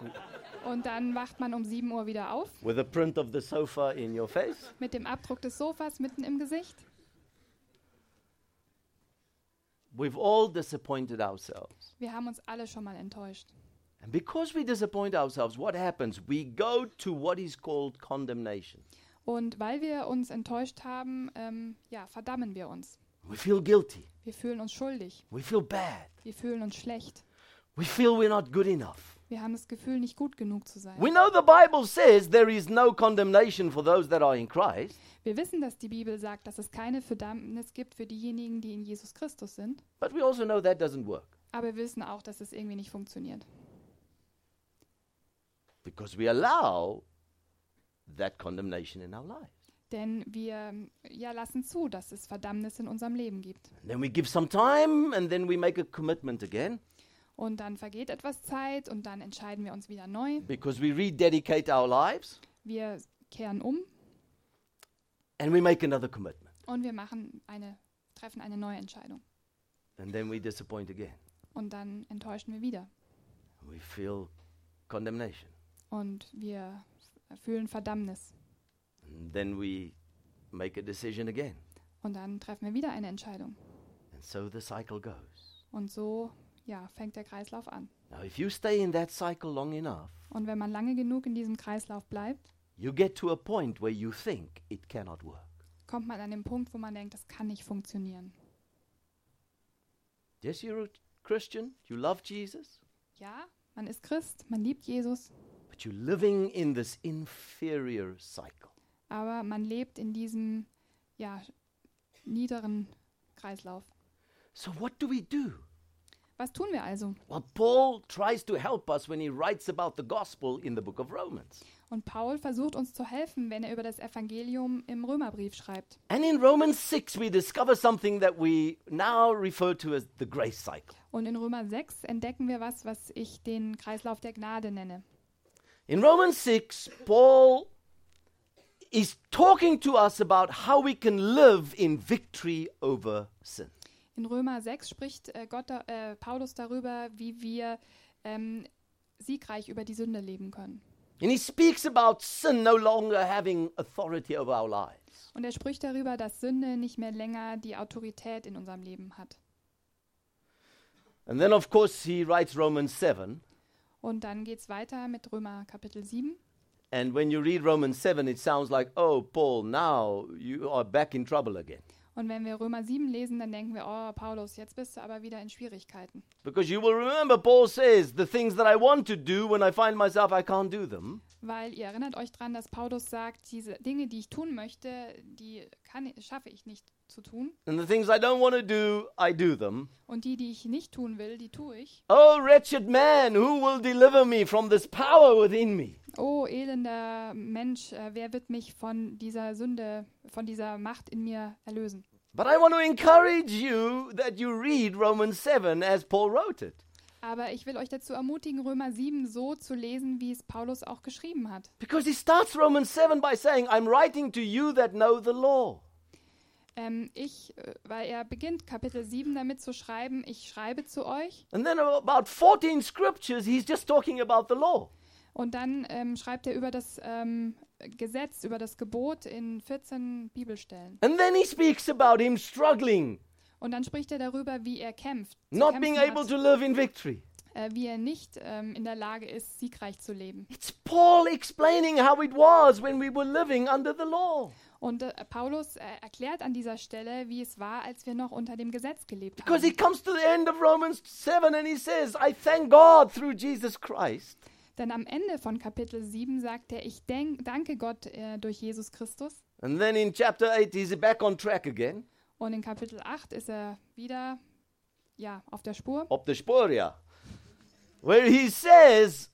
[SPEAKER 2] Und dann wacht man um 7 Uhr wieder auf
[SPEAKER 1] with a print of the sofa in your face.
[SPEAKER 2] mit dem Abdruck des Sofas mitten im Gesicht.
[SPEAKER 1] We've all disappointed ourselves.
[SPEAKER 2] Wir haben uns alle schon mal enttäuscht.
[SPEAKER 1] And because we disappoint ourselves, what happens? We go to what is called condemnation.
[SPEAKER 2] Und weil wir uns enttäuscht haben, ähm, ja, verdammen wir uns.
[SPEAKER 1] We feel guilty.
[SPEAKER 2] Wir fühlen uns schuldig.
[SPEAKER 1] We feel bad.
[SPEAKER 2] Wir fühlen uns schlecht.
[SPEAKER 1] We feel we're not good enough.
[SPEAKER 2] Wir haben das Gefühl, nicht gut genug zu sein.
[SPEAKER 1] We know the Bible says there is no condemnation for those that are in Christ,
[SPEAKER 2] Wir wissen, dass die Bibel sagt, dass es keine Verdammnis gibt für diejenigen, die in Jesus Christus sind.
[SPEAKER 1] but we also know that doesn't work
[SPEAKER 2] Aber wir wissen auch, dass es irgendwie nicht funktioniert.
[SPEAKER 1] because we allow that condemnation in our lives.
[SPEAKER 2] Denn wir ja, lassen zu, dass es Verdammnis in unserem Leben gibt.
[SPEAKER 1] And then we give some time and then we make a commitment again
[SPEAKER 2] Und dann vergeht etwas Zeit und dann entscheiden wir uns wieder neu.
[SPEAKER 1] because we rededicate our lives
[SPEAKER 2] Wir kehren um
[SPEAKER 1] and we make another commitment
[SPEAKER 2] und wir machen eine, treffen eine neue Entscheidung.
[SPEAKER 1] and then we disappoint again.
[SPEAKER 2] Und dann enttäuschen wir wieder.
[SPEAKER 1] We feel condemnation.
[SPEAKER 2] Und wir fühlen Verdammnis.
[SPEAKER 1] And then we make a decision again.
[SPEAKER 2] Und dann treffen wir wieder eine Entscheidung.
[SPEAKER 1] And so the cycle goes.
[SPEAKER 2] Und so ja, fängt der Kreislauf an.
[SPEAKER 1] Now, if you stay in that cycle long enough,
[SPEAKER 2] Und wenn man lange genug in diesem Kreislauf bleibt,
[SPEAKER 1] you get to a point where you think it cannot work.
[SPEAKER 2] kommt man an den Punkt, wo man denkt, das kann nicht funktionieren.
[SPEAKER 1] Yes, you're a Christian, you love Jesus,
[SPEAKER 2] Ja, man ist Christ, man liebt Jesus,
[SPEAKER 1] but you're living in this inferior cycle.
[SPEAKER 2] aber man lebt in diesem ja, niederen Kreislauf.
[SPEAKER 1] So, what do we do?
[SPEAKER 2] Was tun wir also?
[SPEAKER 1] Well, Paul tries to help us when he writes about the gospel in the book of Romans.
[SPEAKER 2] Und Paul versucht uns zu helfen, wenn er über das Evangelium im Römerbrief schreibt.
[SPEAKER 1] And in Romans 6, we discover something that we now refer to as the grace cycle.
[SPEAKER 2] Und in Römer 6 entdecken wir was, was ich den Kreislauf der Gnade nenne.
[SPEAKER 1] In Romans 6, Paul is talking to us about how we can live in victory over sin.
[SPEAKER 2] In Römer 6 spricht äh, Gott, da- äh, Paulus darüber, wie wir ähm, siegreich über die Sünde leben können.
[SPEAKER 1] And he speaks about sin no longer having authority over our lives.
[SPEAKER 2] Und er spricht darüber, dass Sünde nicht mehr länger die Autorität in unserem Leben hat.
[SPEAKER 1] And then, of course, he writes Romans 7.
[SPEAKER 2] Und dann geht es weiter mit Römer Kapitel 7.
[SPEAKER 1] And when you read Romans 7, it sounds like, oh, Paul, now you are back in trouble again.
[SPEAKER 2] Und wenn wir Römer 7 lesen, dann denken wir, oh, Paulus, jetzt bist du aber wieder in Schwierigkeiten.
[SPEAKER 1] Because you will remember, Paul says, the things that I want to do when I find myself, I can't do them.
[SPEAKER 2] Weil ihr erinnert euch daran, dass Paulus sagt, diese Dinge, die ich tun möchte, die kann, schaffe ich nicht zu tun.
[SPEAKER 1] And the things I don't want to do, I do them.
[SPEAKER 2] Und die, die ich nicht tun will, die tue ich.
[SPEAKER 1] O wretched man, who will deliver me from this power within me?
[SPEAKER 2] Oh, elender Mensch, äh, wer wird mich von dieser Sünde, von dieser Macht in mir erlösen?
[SPEAKER 1] But I want to encourage you that you read Romans 7 as Paul wrote it.
[SPEAKER 2] Aber ich will euch dazu ermutigen, Römer 7 so zu lesen, wie es Paulus auch geschrieben hat.
[SPEAKER 1] Because he starts Romans 7 by saying, I'm writing to you that know the law.
[SPEAKER 2] Ähm, ich, äh, weil er beginnt Kapitel 7 damit zu schreiben, ich schreibe zu euch.
[SPEAKER 1] And then about 14 scriptures, he's just talking about the law.
[SPEAKER 2] Und dann ähm, schreibt er über das ähm, Gesetz, über das Gebot in 14 Bibelstellen.
[SPEAKER 1] And then he speaks about him struggling,
[SPEAKER 2] Und dann spricht er darüber, wie er kämpft, zu
[SPEAKER 1] not
[SPEAKER 2] kämpfen
[SPEAKER 1] being able
[SPEAKER 2] hat,
[SPEAKER 1] to live in victory.
[SPEAKER 2] äh, wie er nicht ähm, in der Lage ist, siegreich zu leben.
[SPEAKER 1] It's Paul explaining how it was when we were living under the law.
[SPEAKER 2] Und äh, Paulus äh, erklärt an dieser Stelle, wie es war, als wir noch unter dem Gesetz gelebt
[SPEAKER 1] Because he
[SPEAKER 2] haben.
[SPEAKER 1] comes to the end of Romans 7 and he says, I thank God through Jesus Christ
[SPEAKER 2] Denn am Ende von Kapitel 7 sagt er, ich denk, danke Gott äh, durch Jesus Christus.
[SPEAKER 1] And then in chapter 8, he's back on track again.
[SPEAKER 2] Und in Kapitel 8 ist er wieder ja, auf der Spur.
[SPEAKER 1] Op the Sporia. Where he says,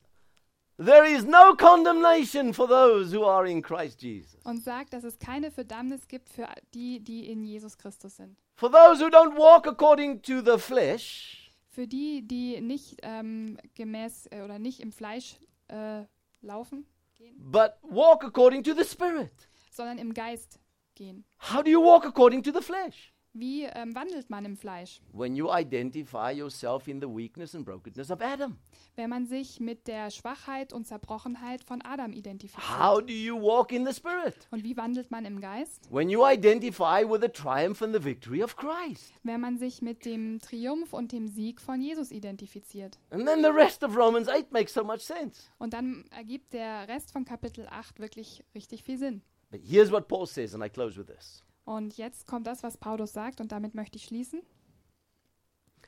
[SPEAKER 1] There is no condemnation for those who are in Christ Jesus.
[SPEAKER 2] und sagt, dass es keine Verdammnis gibt für die, die in Jesus Christus sind.
[SPEAKER 1] For those who don't walk according to the flesh,
[SPEAKER 2] Für die, die nicht ähm, gemäß äh, oder nicht im Fleisch äh, laufen, gehen,
[SPEAKER 1] but walk according to the Spirit.
[SPEAKER 2] sondern im Geist gehen.
[SPEAKER 1] How do you walk according to the flesh?
[SPEAKER 2] Wie ähm, wandelt man im Fleisch?
[SPEAKER 1] When you identify yourself in the weakness and brokenness of Adam.
[SPEAKER 2] Wenn man sich mit der Schwachheit und Zerbrochenheit von Adam
[SPEAKER 1] How
[SPEAKER 2] identifiziert.
[SPEAKER 1] do you walk in the Spirit?
[SPEAKER 2] Und wie wandelt man im Geist?
[SPEAKER 1] When you identify with the triumph and the victory of Christ.
[SPEAKER 2] Wenn man sich mit dem Triumph und dem Sieg von Jesus identifiziert.
[SPEAKER 1] And then the rest of Romans 8 makes so much sense.
[SPEAKER 2] Und dann ergibt der Rest von Kapitel 8 wirklich richtig viel Sinn.
[SPEAKER 1] But here's what Paul says, and I close with this.
[SPEAKER 2] Und jetzt kommt das, was Paulus sagt, und damit möchte ich schließen.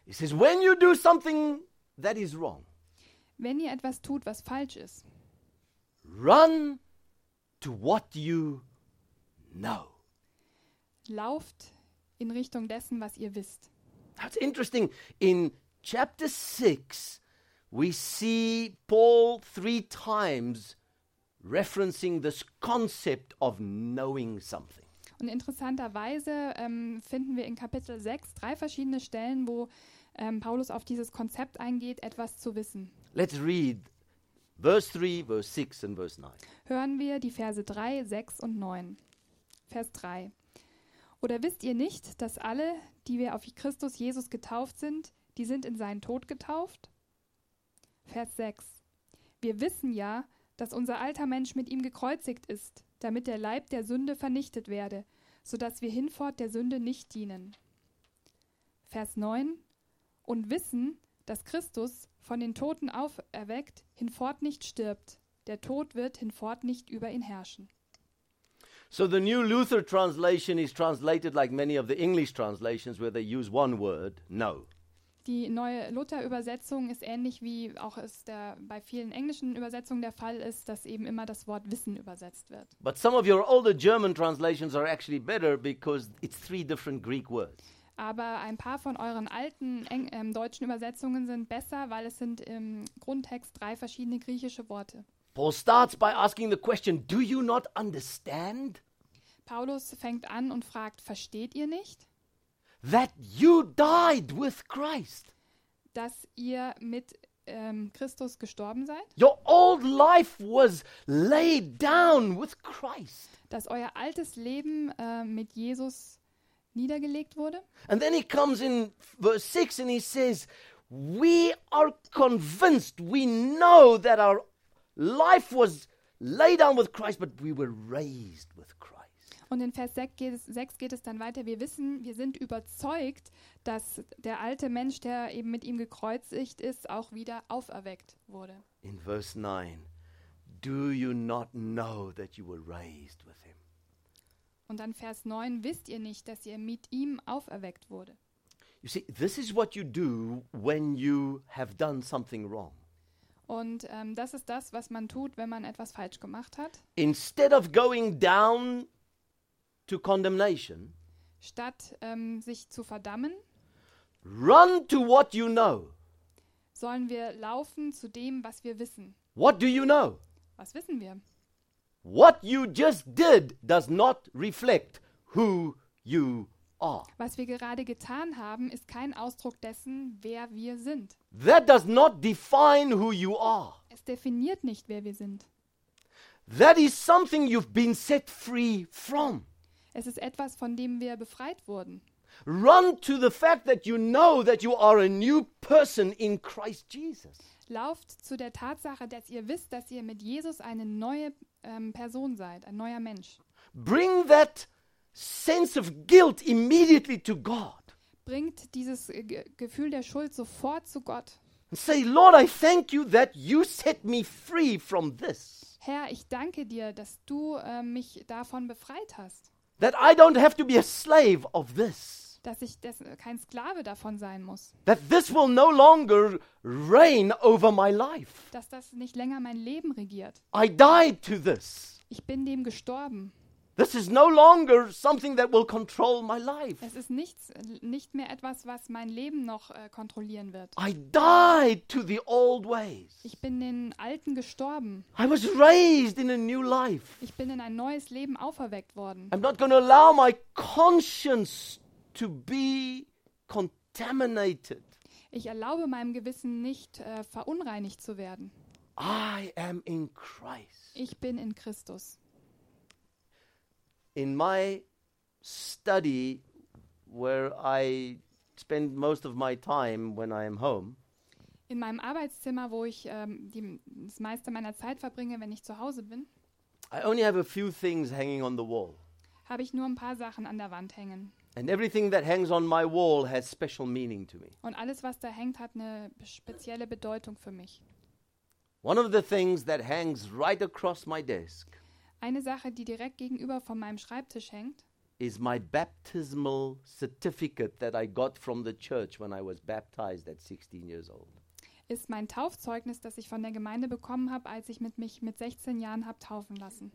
[SPEAKER 1] He says, When you do something that is wrong,
[SPEAKER 2] Wenn ihr etwas tut, was falsch ist,
[SPEAKER 1] run to what you know.
[SPEAKER 2] lauft in Richtung dessen, was ihr wisst.
[SPEAKER 1] That's interesting. In chapter 6, we see Paul three times referencing this concept of knowing something.
[SPEAKER 2] Und interessanterweise ähm, finden wir in Kapitel 6 drei verschiedene Stellen, wo ähm, Paulus auf dieses Konzept eingeht, etwas zu wissen.
[SPEAKER 1] Let's read verse 3, verse 6, and verse 9.
[SPEAKER 2] hören wir die Verse 3, 6 und 9. Vers 3. Oder wisst ihr nicht, dass alle, die wir auf Christus Jesus getauft sind, die sind in seinen Tod getauft? Vers 6. Wir wissen ja, dass unser alter Mensch mit ihm gekreuzigt ist, damit der Leib der Sünde vernichtet werde, so dass wir hinfort der Sünde nicht dienen. Vers 9. Und wissen, dass Christus, von den Toten auferweckt, hinfort nicht stirbt. Der Tod wird hinfort nicht über ihn herrschen.
[SPEAKER 1] So the New Luther translation is translated like many of the English translations where they use one word, no.
[SPEAKER 2] Die neue Luther-Übersetzung ist ähnlich wie auch es der, bei vielen englischen Übersetzungen der Fall ist, dass eben immer das Wort Wissen übersetzt wird.
[SPEAKER 1] But some of your older German translations are actually better because it's three different Greek words.
[SPEAKER 2] Aber ein paar von euren alten Eng ähm, deutschen Übersetzungen sind besser, weil es sind im Grundtext drei verschiedene griechische Worte.
[SPEAKER 1] Paul starts by asking the question, Do you not understand
[SPEAKER 2] Paulus fängt an und fragt, versteht ihr nicht,
[SPEAKER 1] that you died with Christ?
[SPEAKER 2] dass ihr mit ähm, Christus gestorben seid?
[SPEAKER 1] Your old life was laid down with Christ.
[SPEAKER 2] dass euer altes Leben äh, mit Jesus niedergelegt wurde.
[SPEAKER 1] And then he comes in verse 6 and he says, We are convinced, we know that our life was laid down with Christ, but we were raised with Christ.
[SPEAKER 2] Und in Vers 6 geht, es, 6 geht es dann weiter. Wir wissen, wir sind überzeugt, dass der alte Mensch, der eben mit ihm gekreuzigt ist, auch wieder auferweckt wurde.
[SPEAKER 1] In verse 9, do you not know that you were raised with him?
[SPEAKER 2] Und dann Vers 9, wisst ihr nicht, dass ihr mit ihm auferweckt wurde.
[SPEAKER 1] You see, this is what you do when you have done something wrong.
[SPEAKER 2] Und ähm, das ist das, was man tut, wenn man etwas falsch gemacht hat.
[SPEAKER 1] Instead of going down to condemnation,
[SPEAKER 2] Statt ähm, sich zu verdammen,
[SPEAKER 1] run to what you know.
[SPEAKER 2] sollen wir laufen zu dem, was wir wissen.
[SPEAKER 1] What do you know?
[SPEAKER 2] Was wissen wir?
[SPEAKER 1] What you just did does not reflect who you are.
[SPEAKER 2] Was wir gerade getan haben, ist kein Ausdruck dessen, wer wir sind.
[SPEAKER 1] That does not define who you are.
[SPEAKER 2] Es definiert nicht, wer wir sind.
[SPEAKER 1] That is something you've been set free from.
[SPEAKER 2] Es ist etwas, von dem wir befreit wurden.
[SPEAKER 1] Run to the fact that you know that you are a new person in Christ Jesus.
[SPEAKER 2] Lauft zu der Tatsache, dass ihr wisst, dass ihr mit Jesus eine neue ähm, Person seid, ein neuer Mensch.
[SPEAKER 1] Bring that sense of guilt immediately to God
[SPEAKER 2] Bringt dieses äh, Ge- Gefühl der Schuld sofort zu Gott.
[SPEAKER 1] and say, Lord, I thank you that you set me free from this.
[SPEAKER 2] Herr, ich danke dir, dass du äh, mich davon befreit hast,
[SPEAKER 1] That I don't have to be a slave of this.
[SPEAKER 2] dass ich des, kein Sklave davon sein muss,
[SPEAKER 1] that this will no longer reign over my life.
[SPEAKER 2] dass das nicht länger mein Leben regiert.
[SPEAKER 1] I died to this.
[SPEAKER 2] Ich bin dem gestorben.
[SPEAKER 1] This is no longer something that will control my life.
[SPEAKER 2] Es ist nichts, nicht mehr etwas, was mein Leben noch äh, kontrollieren wird.
[SPEAKER 1] I died to the old ways.
[SPEAKER 2] Ich bin den Alten gestorben.
[SPEAKER 1] I was raised in a new life.
[SPEAKER 2] Ich bin in ein neues Leben auferweckt worden.
[SPEAKER 1] I'm not going to allow my conscience to be contaminated.
[SPEAKER 2] Ich erlaube meinem Gewissen nicht, äh, verunreinigt zu werden.
[SPEAKER 1] I am in Christ.
[SPEAKER 2] Ich bin in Christus.
[SPEAKER 1] In my study, where I spend most of my time when I am home,
[SPEAKER 2] In meinem Arbeitszimmer, wo ich ähm, die, das meiste meiner Zeit verbringe, wenn ich zu Hause bin,
[SPEAKER 1] I only have a few things hanging on the wall.
[SPEAKER 2] habe ich nur ein paar Sachen an der Wand hängen.
[SPEAKER 1] And everything that hangs on my wall has special meaning to me.
[SPEAKER 2] Und alles, was da hängt, hat eine spezielle Bedeutung für mich.
[SPEAKER 1] One of the things that hangs right across my desk
[SPEAKER 2] Eine Sache, die direkt gegenüber von meinem Schreibtisch hängt,
[SPEAKER 1] is my baptismal certificate that I got from the church when I was baptized at 16 years old.
[SPEAKER 2] ist mein Taufzeugnis, das ich von der Gemeinde bekommen habe, als ich mit mich mit 16 Jahren habe taufen lassen.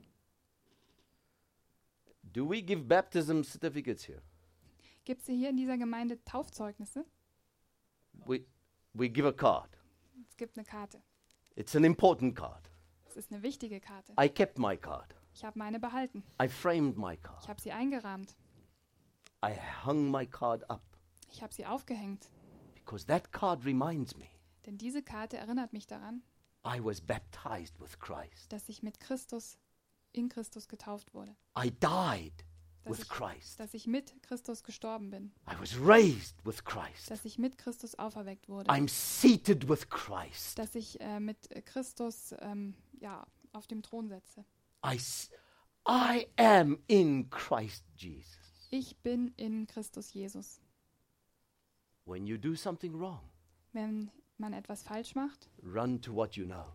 [SPEAKER 1] Do we give baptism certificates here?
[SPEAKER 2] Gibt es hier in dieser Gemeinde Taufzeugnisse?
[SPEAKER 1] We, we give a card.
[SPEAKER 2] Es gibt eine Karte.
[SPEAKER 1] It's an important card.
[SPEAKER 2] Es ist eine wichtige Karte.
[SPEAKER 1] I kept my card.
[SPEAKER 2] Ich habe meine behalten.
[SPEAKER 1] I framed my
[SPEAKER 2] Ich
[SPEAKER 1] card.
[SPEAKER 2] habe sie eingerahmt.
[SPEAKER 1] I hung my card up
[SPEAKER 2] Ich habe sie aufgehängt.
[SPEAKER 1] because that card reminds me
[SPEAKER 2] Denn diese Karte erinnert mich daran,
[SPEAKER 1] I was baptized with Christ.
[SPEAKER 2] dass ich mit Christus in Christus getauft wurde.
[SPEAKER 1] I died
[SPEAKER 2] Dass
[SPEAKER 1] with
[SPEAKER 2] ich,
[SPEAKER 1] Christ.
[SPEAKER 2] dass ich mit Christus gestorben bin.
[SPEAKER 1] I was raised with Christ.
[SPEAKER 2] Dass ich mit Christus auferweckt wurde.
[SPEAKER 1] I'm seated with Christ.
[SPEAKER 2] dass ich äh, mit äh, Christus ähm, ja, auf dem Thron setze.
[SPEAKER 1] I, s- I am in Christ Jesus.
[SPEAKER 2] Ich bin in Christus Jesus.
[SPEAKER 1] When you do something wrong,
[SPEAKER 2] Wenn man etwas falsch macht,
[SPEAKER 1] run to what you know.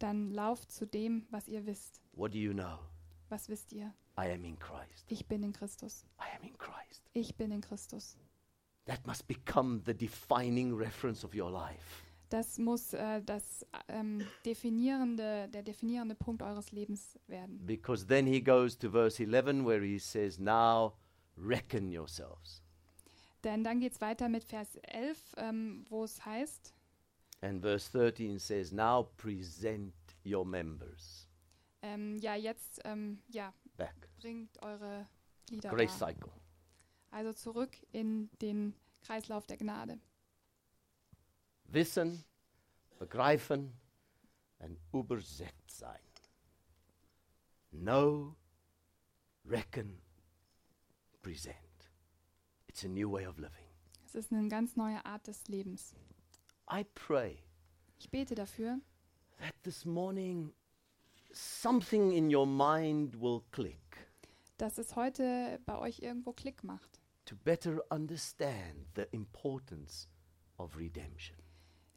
[SPEAKER 2] dann lauft zu dem, was ihr wisst.
[SPEAKER 1] What do you know?
[SPEAKER 2] Was wisst ihr?
[SPEAKER 1] I am in Christ.
[SPEAKER 2] Ich bin in Christus.
[SPEAKER 1] I am in Christ.
[SPEAKER 2] Ich bin in Christus.
[SPEAKER 1] That must become the defining reference of your life.
[SPEAKER 2] Das muss äh, das ähm, definierende, der definierende Punkt eures Lebens werden.
[SPEAKER 1] Because then he goes to verse 11 where he says, Now reckon yourselves.
[SPEAKER 2] Denn dann geht es weiter mit Vers 11, ähm, wo es heißt,
[SPEAKER 1] And verse 13 says, Now present your members.
[SPEAKER 2] ähm, ja, jetzt ähm, ja,
[SPEAKER 1] Back.
[SPEAKER 2] bringt eure Lieder
[SPEAKER 1] Grace
[SPEAKER 2] dar.
[SPEAKER 1] cycle.
[SPEAKER 2] Also zurück in den Kreislauf der Gnade.
[SPEAKER 1] wissen, begreifen en übersetzt sein. Know, reckon, present. It's a new way of living.
[SPEAKER 2] Es ist eine ganz neue Art des Lebens.
[SPEAKER 1] I pray
[SPEAKER 2] Ich bete dafür,
[SPEAKER 1] that this morning something in your mind will click
[SPEAKER 2] dass es heute bei euch irgendwo Klick macht,
[SPEAKER 1] to better understand the importance of redemption.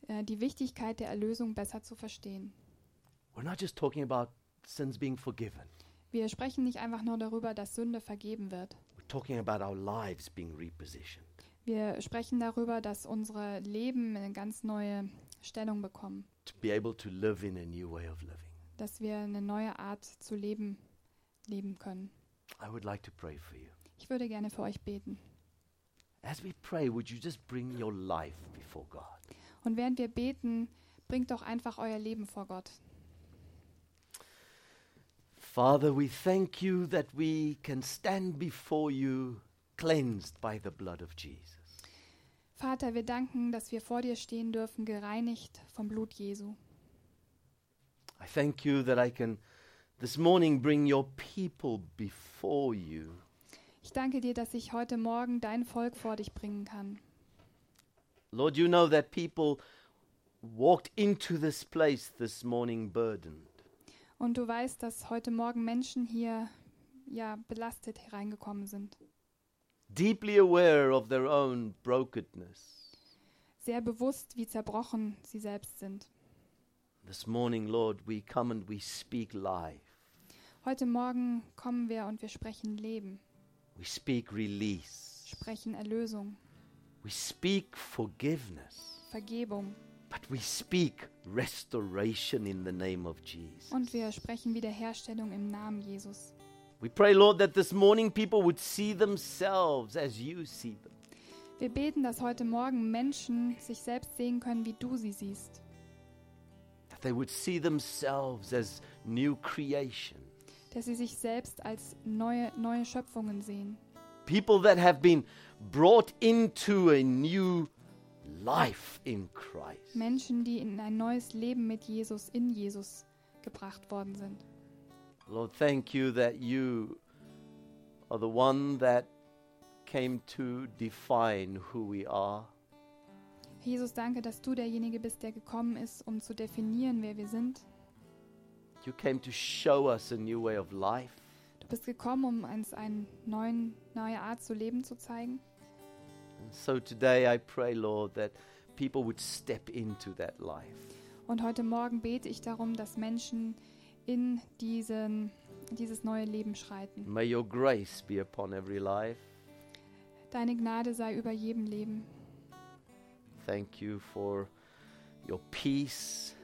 [SPEAKER 2] äh, die Wichtigkeit der Erlösung besser zu verstehen.
[SPEAKER 1] We're not just talking about sins being forgiven.
[SPEAKER 2] Wir sprechen nicht einfach nur darüber, dass Sünde vergeben wird.
[SPEAKER 1] We're talking about our lives being repositioned.
[SPEAKER 2] Wir sprechen darüber, dass unsere Leben eine ganz neue Stellung bekommen,
[SPEAKER 1] to be able to live in a new way of living.
[SPEAKER 2] dass wir eine neue Art zu leben leben können.
[SPEAKER 1] I would like to pray for you.
[SPEAKER 2] Ich würde gerne für euch beten.
[SPEAKER 1] As we pray, would you just bring your life before God?
[SPEAKER 2] Und während wir beten, bringt doch einfach euer Leben vor Gott.
[SPEAKER 1] Father, we thank you that we can stand before you cleansed by the blood of Jesus.
[SPEAKER 2] Vater, wir danken, dass wir vor dir stehen dürfen, gereinigt vom Blut Jesu.
[SPEAKER 1] I thank you that I can this morning bring your people before you
[SPEAKER 2] Ich danke dir, dass ich heute Morgen dein Volk vor dich bringen kann.
[SPEAKER 1] Lord, you know that people walked into this place this morning burdened.
[SPEAKER 2] Und du weißt, dass heute Morgen Menschen hier ja belastet hereingekommen sind,
[SPEAKER 1] Deeply aware of their own brokenness.
[SPEAKER 2] sehr bewusst, wie zerbrochen sie selbst sind.
[SPEAKER 1] This morning, Lord, we come and we speak life.
[SPEAKER 2] Heute Morgen kommen wir und wir sprechen Leben,
[SPEAKER 1] We speak release.
[SPEAKER 2] sprechen Erlösung,
[SPEAKER 1] We speak forgiveness.
[SPEAKER 2] Vergebung
[SPEAKER 1] But we speak restoration in the name of Jesus.
[SPEAKER 2] und wir sprechen Wiederherstellung im Namen Jesus.
[SPEAKER 1] We pray, Lord, that this morning people would see themselves as you see them.
[SPEAKER 2] Wir beten, dass heute Morgen Menschen sich selbst sehen können, wie du sie siehst.
[SPEAKER 1] That they would see themselves as new creation.
[SPEAKER 2] Dass sie sich selbst als neue, neue Schöpfungen sehen.
[SPEAKER 1] People that have been brought into a new life in Christ.
[SPEAKER 2] Menschen, die in ein neues Leben mit Jesus, in Jesus gebracht worden sind.
[SPEAKER 1] Lord, thank you that you are the one that came to define who we are.
[SPEAKER 2] Jesus, danke, dass du derjenige bist, der gekommen ist, um zu definieren, wer wir sind.
[SPEAKER 1] You came to show us a new way of life.
[SPEAKER 2] Du bist gekommen, um uns eine neue Art zu leben zu zeigen.
[SPEAKER 1] And so today I pray, Lord, that people would step into that life.
[SPEAKER 2] Und heute Morgen bete ich darum, dass Menschen in diesen, dieses neue Leben schreiten.
[SPEAKER 1] May your grace be upon every life.
[SPEAKER 2] Deine Gnade sei über jedem Leben.
[SPEAKER 1] Thank you for your peace.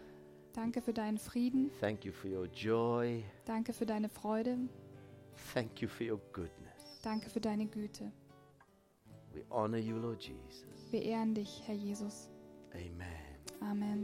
[SPEAKER 2] Danke für deinen Frieden.
[SPEAKER 1] Thank you for your joy.
[SPEAKER 2] Danke für deine Freude.
[SPEAKER 1] Thank you for your goodness.
[SPEAKER 2] Danke für deine Güte.
[SPEAKER 1] We honor you, Lord Jesus.
[SPEAKER 2] Wir ehren dich, Herr Jesus.
[SPEAKER 1] Amen.
[SPEAKER 2] Amen.